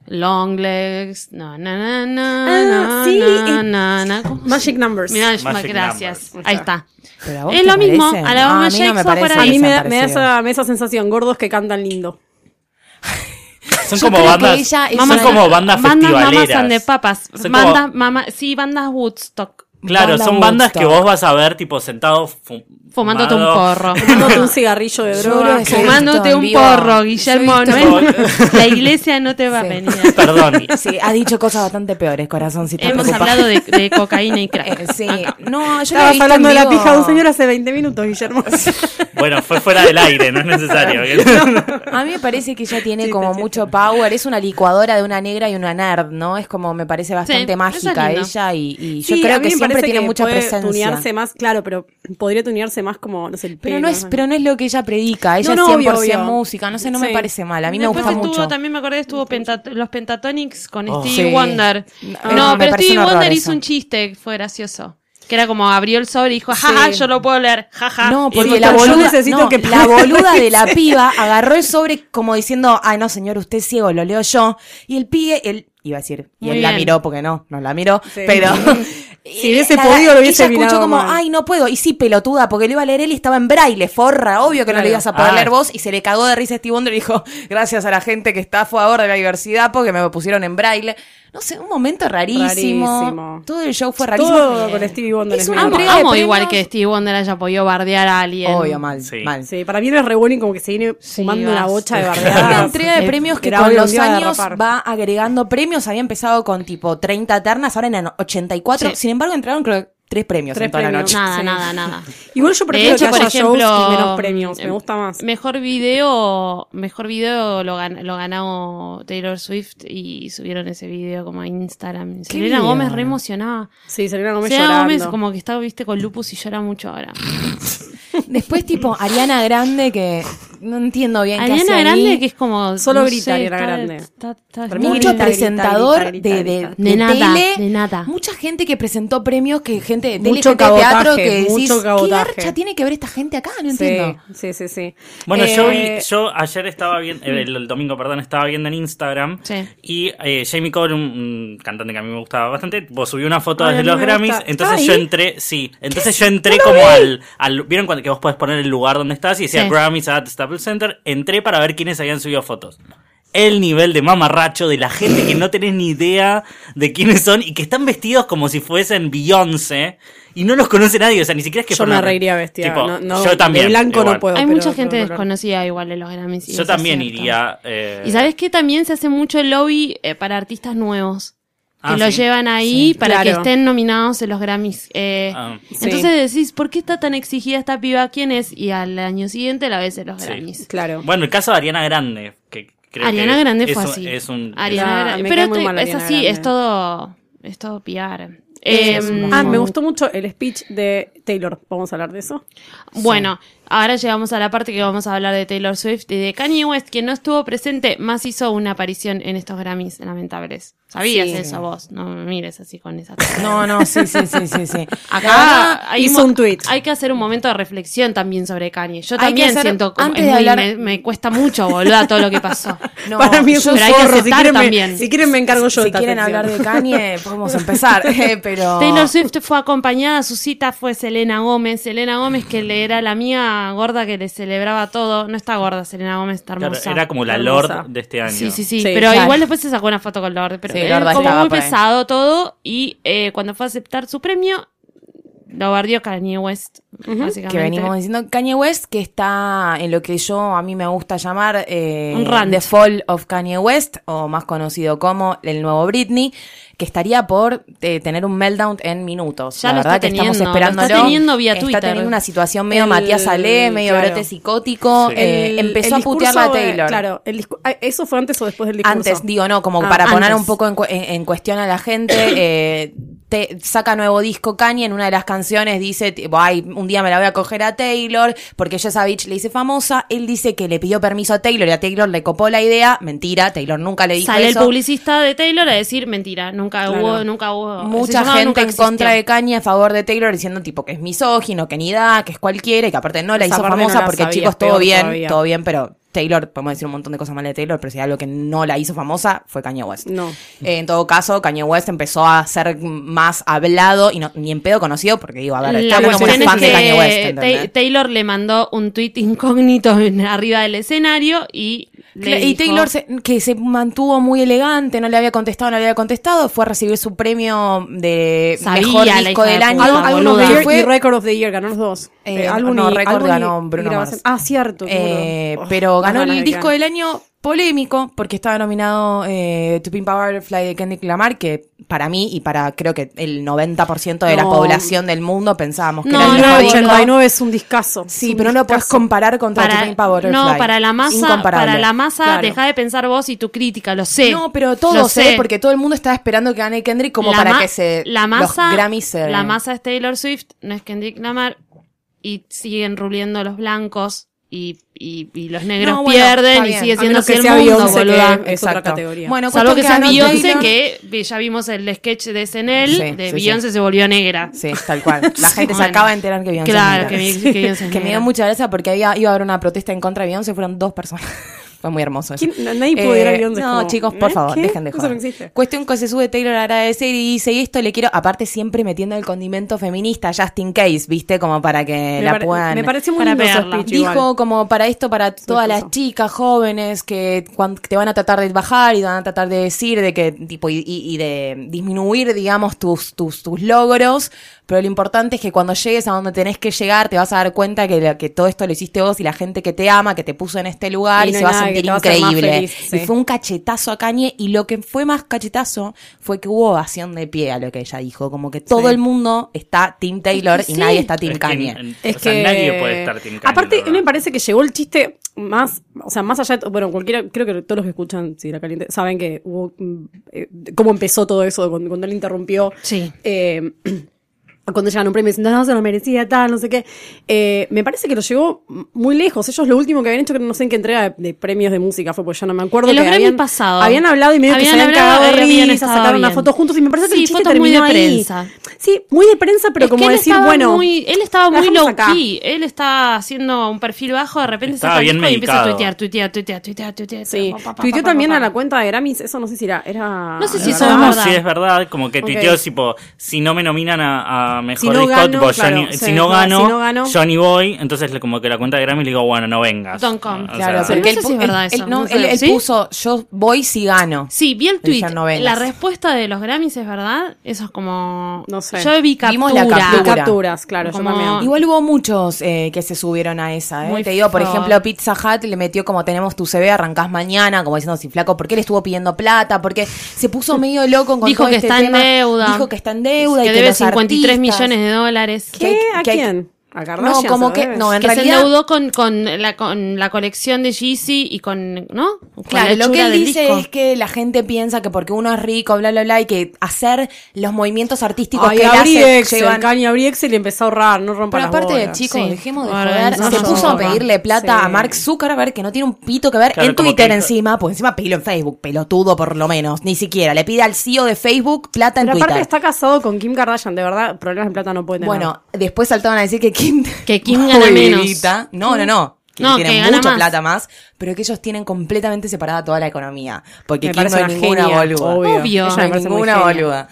Long legs, na na na na
Ah,
na
sí,
na
eh,
na na. ¿Cómo se-
Magic Numbers.
Mirá,
Magic
gracias.
Numbers.
Ahí está.
Pero a vos
Es
te
lo mismo,
parecen.
Alabama
a mí no
Shakes va
me
para-
parece
a mí me da,
tan
me da
parecido.
esa, me da esa sensación, gordos que cantan lindo.
Son
Yo
como
creo que
bandas.
ella es
son
una-
como bandas,
mamas
festivaleras.
and de papas.
Son como-
bandas, mama- sí, bandas Woodstock.
Claro,
Banda
son bandas que
Woodstock.
vos vas a ver, tipo, sentado. fu-
Fumándote un
fumado.
porro.
Fumándote un cigarrillo de
Yo creo
droga.
que sí.
Fumándote
Yo he
un
visto en vivo.
porro, Guillermo.
Yo he
no
visto-
es- la iglesia no te va a
Sí.
venir.
Perdón.
Sí, ha dicho cosas bastante peores, corazón, si estás
Hemos
preocupado.
hablado de, de cocaína y crack.
Eh, sí, no, yo la he visto
Estabas este, hablando de
en
la
vivo.
pija de un señor hace 20 minutos, Guillermo.
Bueno, fue fuera del aire, no es necesario.
A mí me parece que ella tiene
Sí,
como
sí, sí.
mucho power. Es una licuadora de una negra y una nerd, ¿no? Es como, me parece bastante
eso es
mágica
lindo.
ella y, y yo
Sí, a
creo
mí
que
me
siempre
parece
tiene
que
mucha
puede
presencia.
Tunearse más, claro, pero podría tunearse más como, no sé, el pelo.
Pero no es, pero no es lo que ella predica. Ella
No, no,
es 100%
obvio, obvio.
música. No sé, no me
Sí.
parece mal. A mí
Después
me gusta
estuvo,
mucho.
También me acordé, estuvo Pentat- los Pentatonics con
Oh.
Stevie
Sí.
Wonder.
Ah,
No,
me
pero
parece
Stevie
un horror
Wonder
eso.
hizo un chiste, fue gracioso. Que era como abrió el sobre y dijo, jaja,
Sí.
yo lo puedo leer, jaja.
No,
Y
porque
dijo,
la
"Yo
boluda,
necesito
no,
que
la
pagues".
boluda de la piba agarró el sobre como diciendo, ay no señor, usted es ciego, lo leo yo. Y el pibe, él iba a decir, y
Muy
él la
bien.
miró porque no, no la miró,
Sí.
pero
Si hubiese
La-
podido, lo hubiese
ella escuchó
mirado
como,
mal.
ay no puedo, y sí pelotuda, porque lo iba a leer él y estaba en braille, forra, obvio que no
Claro.
le ibas a poder
Ah.
leer vos, y se le cagó de risa a Steve Wonder y dijo, gracias a la gente que está a favor de la diversidad porque me pusieron en braille. No sé, un momento rarísimo.
Rarísimo.
Todo el show fue rarísimo.
Todo con Stevie Wonder
Es
es
una
medio
Amo,
entrega
raro.
de
amo igual
premios.
que Steve Wonder haya podido bardear a alguien.
Obvio, mal,
Sí.
mal.
Sí, para mí él es re bueno y como que se viene
Sí,
fumando una
vas.
bocha de
Una
bardeadas.
entrega de
Eh,
premios que
era
con
obvio,
los
un día de
años
rapar.
va agregando premios. Había empezado con tipo 30 ternas, ahora eran 84.
Sí.
Sin embargo, entraron creo tres premios
Tres
en toda
premios.
la noche.
Nada,
Sí.
nada, nada.
Igual yo
De
prefiero
hecho,
que
por
haya shows
ejemplo,
y menos premios.
em,
eh,
Me gusta más.
Mejor video, mejor video lo, gan- lo ganó Taylor Swift y subieron ese video como a Instagram. Selena
video?
Gómez re emocionada.
Sí, Selena Gómez
Selena
llorando.
Gómez como que está, viste, con lupus y llora mucho ahora.
Después, tipo, Ariana Grande, que no entiendo bien qué hace
Ariana
ahí.
Grande que es como...
Solo
no
grita
sé,
Ariana
está-
Grande.
está- está-
Para mí
está-
Mucho
Grita, grita,
presentador
grita, grita,
de, de,
grita.
de
De nada,
tele.
de nada.
Mucha gente que presentó premios, que gente de tele,
Mucho
gente de teatro,
cabotaje,
que decís,
mucho
¿qué
cabotaje".
garcha tiene que ver esta gente acá? No
Sí,
entiendo.
sí, sí, sí.
Bueno,
Eh,
yo, vi- yo ayer estaba viendo, el, el domingo, perdón, estaba viendo en Instagram
Sí.
y eh, Jamie Cole, un, un cantante que a mí me gustaba bastante, vos subió una foto
Ay, a
desde
mí
los
me
Grammys,
gusta.
entonces
¿Está
yo
ahí?
entré, sí, entonces yo entré como al, al- vieron cuando, que vos podés poner el lugar donde estás y decía
Sí.
Grammys at Staples Center, entré para ver quiénes habían subido fotos. El nivel de mamarracho de la gente que no tenés ni idea de quiénes son y que están vestidos como si fuesen Beyoncé y no los conoce nadie, o sea, ni siquiera es que
Yo me
fueron-
reiría vestida.
Tipo,
no, no,
yo también.
De blanco
igual.
no puedo.
Hay
pero
mucha
de
gente
otro color.
desconocida igual de los Grammys. y
Yo
eso es
también
cierto.
iría. eh,
Y sabes que también se hace mucho el lobby eh, para artistas nuevos. Que
Ah,
lo
sí.
llevan ahí para que
Claro.
estén nominados en los Grammys. Eh,
Ah.
Entonces decís, ¿por qué está tan exigida esta piba? ¿Quién es? Y al año siguiente la ves en los
Sí.
Grammys.
Claro.
Bueno, el caso de Ariana Grande. Que creo
Ariana
que
Grande
Eh, es
fue
un-
así.
Es un.
Ariana
Ah,
Grande.
me
Pero
cae muy
te-
mal
es
Ariana
así,
Grande.
es todo, es todo PR.
Eh,
Em,
ah, me gustó mucho el speech de Taylor. Vamos a hablar de eso.
Bueno, ahora llegamos a la parte que vamos a hablar de Taylor Swift y de Kanye West, que no estuvo presente, más hizo una aparición en estos Grammys lamentables. Sabías
Sí.
eso vos, no me mires así con esa.
No, no, sí, sí, sí, sí, sí.
Acá hay
hizo
mo-
un tweet.
Hay que hacer un momento de reflexión también sobre Kanye. Yo
Hay que
también
hacer-
siento como-
antes
es
de
muy-
hablar-
me, me cuesta mucho, boluda, todo lo que pasó.
No,
Para mí es
yo-
un
pero hay que
forro. Si
aceptar
quieren,
también.
me, si quieren me encargo yo de
si
esta
quieren
sección.
hablar de Kanye, podemos empezar. eh, pero
Taylor Swift fue acompañada, su cita fue Selena Gómez. Selena Gómez, que le era la mía gorda que le celebraba todo. No está gorda, Selena Gómez está
Claro,
hermosa.
era como la
hermosa.
Lord de este año.
Sí, sí, sí,
Sí,
Pero
claro.
igual después se sacó una foto con Lorde. Pero
Sí,
él
Lorde
como
estaba
muy
por ahí.
pesado todo. Y eh, cuando fue a aceptar su premio, lo bardió Kanye West, básicamente.
que venimos diciendo Kanye West que está en lo que yo a mí me gusta llamar eh,
Un rant.
The Fall of Kanye West o más conocido como el nuevo Britney que estaría por eh, tener un meltdown en minutos
Ya lo
la verdad
está
que estamos
teniendo, lo está
esperándolo
teniendo vía
Está
Twitter.
teniendo una situación medio
El-
Matías Ale medio
claro.
brote psicótico
Sí.
Eh,
El-
empezó
el
a putearla a
discurso de-
Taylor
claro, el discu- ah, ¿eso fue antes o después del discurso?
antes, digo, no, como
Ah,
para poner
antes.
un poco en, cu- en- en cuestión a la gente, eh, te- saca nuevo disco Kanye, en una de las canciones dice, tipo, ay, un día me la voy a coger a Taylor, porque ya esa bitch le hice famosa, él dice que le pidió permiso a Taylor y a Taylor le copó la idea, mentira, Taylor nunca le dijo
Sale
eso.
el publicista de Taylor a decir mentira. Nunca
Claro.
hubo, nunca hubo. ese
Mucha
llamado
gente
nunca
en
existió.
contra de Kanye a favor de Taylor diciendo tipo que es misógino, que ni da, que es cualquiera y que aparte no la
Esa
hizo
parte no
famosa
la
porque
sabía,
chicos todo
peor
bien,
todavía.
todo bien, pero Taylor, podemos decir un montón de cosas malas de Taylor, pero si hay algo que no la hizo famosa fue Kanye West.
No.
Eh, en todo caso, Kanye West empezó a ser más hablado y no, ni en pedo conocido, porque digo, a ver,
La
está hablando
cuestión
con
es
fan de Kanye West,
que
¿entendés?
Ta- Taylor le mandó un tweet incógnito en- arriba del escenario y le
y
dijo-
Taylor, se- que se mantuvo muy elegante, no le había contestado, no le había contestado, fue a recibir su premio de
Sabía
mejor
la
disco
hija
del
de
año.
puta,
Al- Álbum of
boluda.
the Year
Fue-
y Record of the Year, ganó los dos.
Eh,
álbum
no,
y-
Record
álbum y-
ganó Bruno
y grabación.
Mars.
Ah, cierto. qué
Eh,
boludo.
Oh,
pero
Uf,
ganó
las ganas
el
de
disco
que
del año polémico porque estaba nominado eh, To Pimp a Butterfly de Kendrick Lamar que para mí y para creo que el 90% de la
No.
población del mundo pensábamos que
No,
era el
no,
mejor
El
disco.
89 es un discazo.
Sí, pero no lo podés comparar contra To Pimp a Butterfly.
no, para la masa,
Incomparable.
para la masa,
Claro.
deja de pensar vos y tu crítica, lo sé.
No, pero
lo
todos, ¿eh? Porque todo el mundo estaba esperando que gane Kendrick como
La
para
ma-
que se
la
los
masa,
Grammys se-
la masa es Taylor Swift, no es Kendrick Lamar y siguen ruliendo los blancos y, y, y los negros
No, bueno,
pierden
está
y
bien.
sigue
A
siendo
menos
así
que
el
sea
mundo,
Beyoncé,
boluda.
que- Es otra categoría.
Bueno,
Salvo
cuestión
que sea
ganó
Beyoncé,
Taylor.
que ya vimos el sketch de SNL,
Sí,
de
sí,
Beyoncé se volvió negra.
Sí, tal cual. La gente se
Bueno.
acaba de enterar que Beyoncé
Claro,
es negra.
que Beyoncé- que Beyoncé es
Que me
negra.
dio mucha gracia porque había, iba a haber una protesta en contra de Beyoncé, fueron dos personas. Fue muy hermoso. eso.
¿Quién? Na- nadie puede ir a Beyoncé,
No,
como,
chicos, por
¿eh?
favor,
¿Qué?
dejen de
Eso
joder.
no existe.
Cuestión que se sube Taylor a agradecer y dice, y esto le quiero, aparte siempre metiendo el condimento feminista, just in case, ¿viste? Como para que
Me
la
pare-
puedan...
me pareció muy
Para
lindo
pegarla.
speech
Dijo
igual.
como para esto, para todas las
cosa.
chicas jóvenes que cuan- te van a tratar de bajar y te van a tratar de decir de que tipo y, y- y de disminuir, digamos, tus, tus, tus logros, pero lo importante es que cuando llegues a donde tenés que llegar te vas a dar cuenta que, la- que todo esto lo hiciste vos y la gente que te ama, que te puso en este lugar
Y
y,
no hay
se va a
nada que
sentir
te va a hacer más
increíble.
feliz, sí.
Y fue un cachetazo a Kanye y lo que fue más cachetazo fue que hubo ovación de pie a lo que ella dijo, como que todo
Sí.
el mundo está Team Taylor y
sí.
nadie está Team
Es que-
Kanye.
en-
Es
o sea,
que-
nadie puede estar Team Kanye. la
Aparte,
verdad.
me parece que llegó el chiste más, o sea, más allá de, to- bueno, cualquiera, creo que todos los que escuchan Sidra Caliente saben que hubo, mm, eh, cómo empezó todo eso, cuando, cuando él interrumpió.
Sí.
eh, cuando llegan un premio diciendo, no, se lo merecía, tal, no sé qué. Eh, me parece que lo llegó muy lejos. Ellos lo último que habían hecho, que no sé en qué entrega de, de premios de música fue, pues ya no me acuerdo.
En los
que
Grammy
habían,
pasado.
Habían hablado y medio
Habían
que se habían
hablado
cagado de
y habían
risa,
estado
sacaron una
bien.
foto juntos y me parece que
Sí,
el chiste
fotos muy de
terminó ahí.
prensa.
Sí, muy de prensa, pero
Es
como
que él
decir,
estaba
bueno.
muy- él estaba
la
muy
dejamos
low
acá.
key. Él está haciendo un perfil bajo, de repente
Estaba
saca el
bien
disco y empieza a tuitear,
medicado.
tuitear, tuitear, tuitear, tuitear.
Sí,
pa, pa, pa,
tuiteó
pa, pa,
también
pa.
a la cuenta de Grammys, eso no sé si era... era
No sé
de
si eso
No,
es
verdad.
verdad.
sí, es verdad. Como que
Ok.
tuiteó, tipo, si no me nominan a, a mejor
Si no
disco,
gano,
tipo, yo
claro,
ni-
sí,
si, no
no,
gano,
si no gano.
yo ni voy. Entonces, le- como que la cuenta de Grammy le digo, bueno, no vengas.
Don't come.
O
Claro,
sea,
pero
porque
no sé
él,
si es
pu- él-
verdad
él
eso.
no-
No sé.
él- él
¿Sí?
puso, yo voy si gano.
Sí, vi el tweet.
Dijeron novelas.
la respuesta de los Grammys es verdad. Eso es como.
No sé.
Yo vi captura.
Vimos la
Y
captura.
capturas, claro,
Como-
yo también.
Igual hubo muchos eh, que se subieron a esa. ¿eh?
Muy
Te digo, por
fuerte.
ejemplo, Pizza Hut le metió como tenemos tu CV, arrancás mañana, como diciendo, si flaco, ¿por qué le estuvo pidiendo plata? Porque se puso medio loco con
Dijo
todo
que
este
está en
tema.
deuda.
Dijo que está en deuda. y
que
que
debe
los
53
artistas-
millones de dólares.
¿Qué? ¿A
que hay-
quién? ¿A
No,
Kardashian?
como
se
que.
debe?
No, en
que se
realidad.
endeudó con, con, la, con la colección de Yeezy y con. ¿No? Con la
Claro, lo que
hechura
él
del
dice
disco.
es que la gente piensa que porque uno es rico, bla, bla, bla, y que hacer los movimientos artísticos
Ay,
que él
abrí
hace
Excel,
llevan-
Kanye abrí Excel y empezó a ahorrar, no rompa
Pero
las
aparte,
bolas.
chicos,
sí.
dejemos de
Ahora,
joder.
no,
se
no,
puso
no,
a pedirle plata
sí.
a Mark Zuckerberg, que no tiene un pito que ver
Claro,
en
como
Twitter
que-
encima, pues encima pilo en Facebook, pelotudo por lo menos, ni siquiera. Le pide al CEO de Facebook plata en
Pero aparte
Twitter.
está casado con Kim Kardashian, de verdad, problemas en plata no puede tener.
Bueno, después saltaban a decir que Kim...
Que Kim gana
Uy,
menos.
Lilita. No, no, no. Que
No,
tienen
que gana
mucho
más.
plata más, pero que ellos tienen completamente separada toda la economía. Porque
Me
Kim no
parece
es
una
ninguna
genia,
boluda.
Obvio.
Ella
No
me
hay
parece muy
ninguna
genia.
boluda.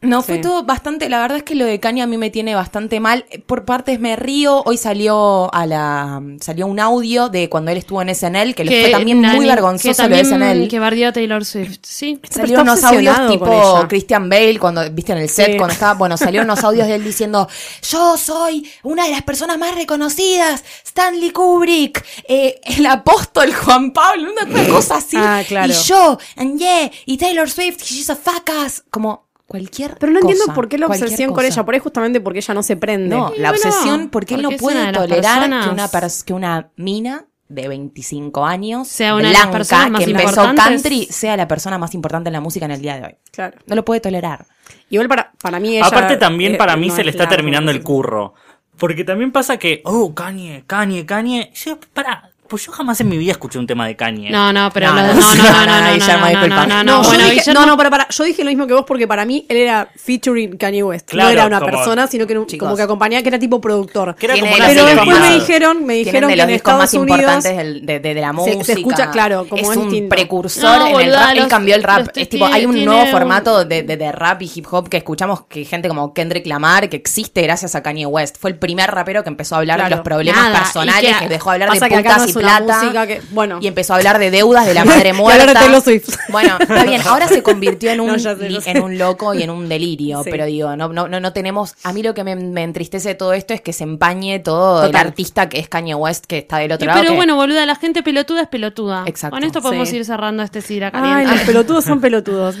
No, fue
Sí.
todo bastante, la verdad es que lo de Kanye a mí me tiene bastante mal. Eh, Por partes me río, hoy salió a la salió un audio de cuando él estuvo en SNL, que, le fue también
Nani-
muy vergonzoso
que también-
lo de SNL.
Que bardeó a Taylor Swift. Sí.
Salieron
está
unos audios
obsesionado con
tipo
ella.
Christian Bale cuando viste en el set
Sí.
cuando estaba, bueno, salieron unos audios de él diciendo, "Yo soy una de las personas más reconocidas, Stanley Kubrick, eh, el apóstol Juan Pablo, una, una cosa así."
Ah, claro.
Y yo, and yeah, y Taylor Swift, she's a facas, como cualquier
Pero no entiendo
cosa,
por qué la
cualquier
obsesión con
cosa.
ella, por ahí justamente porque ella no se prende.
No,
Y
la
bueno,
obsesión porque él no
porque es una
puede
de las
tolerar que
personas-
una pers- que una mina de 25 años,
Sea una de las
blanca,
personas más
que empezó
importantes.
country, sea la persona más importante en la música en el día de hoy.
Claro.
No lo puede tolerar.
Igual para, para mí ella...
Aparte también
eh,
para mí
no
se le
es
está
largo,
terminando el
sí.
curro. Porque también pasa que, oh, Kanye, Kanye, Kanye. Yo, para, pues yo jamás en mi vida escuché un tema de Kanye.
No, no, pero.
No,
los-
no,
No, no, no, no,
no,
no,
Guillermo,
no, no,
disculpa.
no,
No,
no.
yo
Bueno,
dije,
Guillermo-
no, no, para, para. Yo dije lo mismo que vos porque para mí él era featuring Kanye West.
Claro,
no era una
como-
persona, sino que era un-
Chicos.
como que acompañaba, que era tipo productor.
Que era
Tiene
como una
la
Pero
serie
después me
animada.
dijeron, me
Tienen
dijeron
de
que
los
en
discos
Estados
más
Unidos...
importantes del- de, de- de la
se
música.
escucha, claro, como es
es un
distinto.
precursor
No,
en el
boluda,
rap. Él
los-
cambió el rap.
los
Es tipo, hay un
tiene-
nuevo
tiene
formato
un-
de, de- de rap y hip hop que escuchamos que gente como Kendrick Lamar que existe gracias a Kanye West. Fue el primer rapero que empezó a hablar de
Claro.
los problemas
Nada,
personales,
y
que,
que-
dejó de hablar de
pasa que acá
putas
no
y
es una
plata.
música que- bueno.
Y empezó a hablar de deudas, de la madre
Y ahora
muerta.
Taylor Swift.
Bueno, está bien. Ahora se convirtió en un,
No, ya sé,
li-
lo sé.
en un loco y en un delirio.
Sí.
Pero digo, no, no, no, no tenemos. A mí lo que me, me entristece de todo esto es que se empañe todo el
Total.
artista que es Kanye West, que está del otro lado.
Pero
que-
bueno, boluda, la gente pelotuda es pelotuda.
Exacto.
Con esto podemos
Sí.
ir cerrando este Sidra
Ay,
Caliente.
los pelotudos son pelotudos.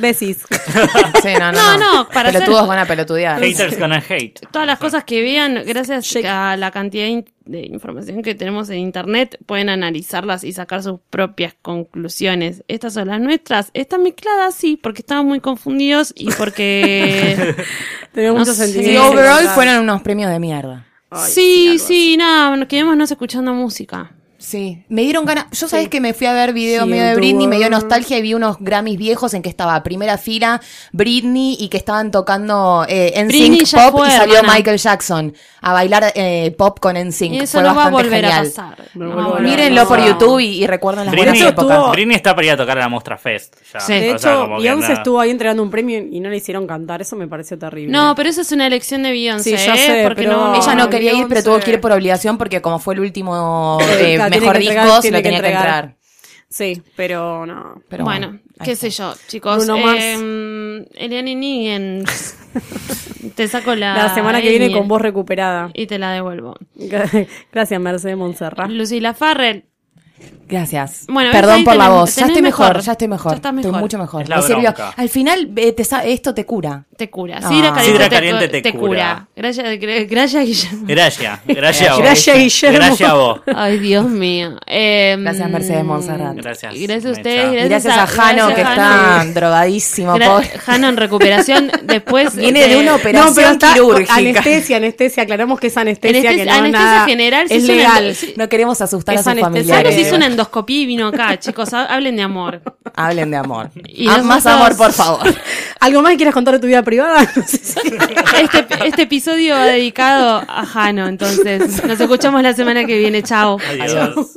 Besis.
Sí, no, no,
No,
no.
no, para
Pelotudos
hacer-
van a pelotudear.
Haters gonna hate.
Todas las cosas que vean, gracias
Shake.
a la cantidad in- de información que tenemos en internet, pueden analizarlas y sacar sus propias conclusiones. Estas son las nuestras. Están mezcladas, sí, porque estaban muy confundidos y porque...
Tenemos
No
muchos
sé.
Sí,
sentimientos.
overall
encontrados.
fueron unos premios de mierda.
Ay,
sí,
algo así.
sí, nada, nos quedémonos escuchando música.
Sí, me dieron ganas. Yo sabés que me fui a ver videos
Sí,
medio de
autobús.
Britney, me dio nostalgia y vi unos Grammys viejos en que estaba primera fila Britney y que estaban tocando en
Britney
sync
ya
pop
fue,
y salió
hermana.
Michael Jackson a bailar eh, pop con NSYNC.
Y eso
Fue
no va a
bastante
volver
genial.
a pasar.
No
No
vuelvo
va a
a
volver a
Mírenlo por
pasar.
YouTube y, y recuerdan las
Britney,
buenas épocas.
estuvo-
Britney está para ir a tocar a la Mostra Fest. ya.
Sí.
O
De
sea,
hecho,
como que
Beyoncé
nada.
estuvo ahí entregando un premio y no le hicieron cantar. Eso me pareció terrible.
No, pero eso es una elección de Beyoncé,
Sí, ya
¿eh?
sé,
porque
pero-
no...
Ella no
Ay,
quería ir, pero tuvo que ir por obligación porque como fue el último eh,
Claro, tiene
mejor
que entregar,
disco, se
tiene
lo
que
tenía que
entregar.
entrar.
Sí, pero no.
Pero
bueno,
ahí
qué
está.
sé yo, chicos.
Bruno Mars.
Eh, Eliane Niguen. te saco la...
La semana que viene
ñ
con voz recuperada.
Y te la devuelvo.
Gracias, Mercedes Montserrat.
Lucila Farrell.
Gracias.
Bueno, ves,
Perdón
ahí
por la
tenés-
voz. Ya
tenés
estoy mejor,
mejor.
ya estoy mejor.
Ya estás mejor.
Estoy mucho mejor.
Es la
Me sirvió.
bronca.
Al final, eh, te sa- esto te cura.
Te cura.
Ah.
Sidra caliente,
Sidra
te,
caliente
te
te
cura.
cura.
Gracias, gra- gracias, Guillermo.
Gracias, gracias a vos.
Gracias, Guillermo.
Gracias a vos.
Ay, Dios mío. Eh,
Gracias, Mercedes Monserrat.
Gracias,
Gracias a
Mecha.
ustedes.
Y
Gracias,
Gracias a Jano, que
gracias,
está
Jano.
drogadísimo,
Gra-
pobre.
Jano en recuperación. Después.
Viene de una operación quirúrgica.
anestesia, anestesia. Aclaramos que es anestesia,
Anestesia-
que no es
anestesia
nada-
general, sí
es
es una-
legal.
sí.
No queremos asustar a
Es
sus
anestesia.
Jano
familiares.
se hizo una endoscopía y vino acá, chicos. ha- Hablen de amor.
Hablen de amor.
Y
Ah,
nosotros-
Más amor, por favor.
¿Algo más que quieras contar de tu vida privada? No sé si-
Este, este episodio va dedicado a Jano, entonces. Nos escuchamos la semana que viene. Chao.
Adiós.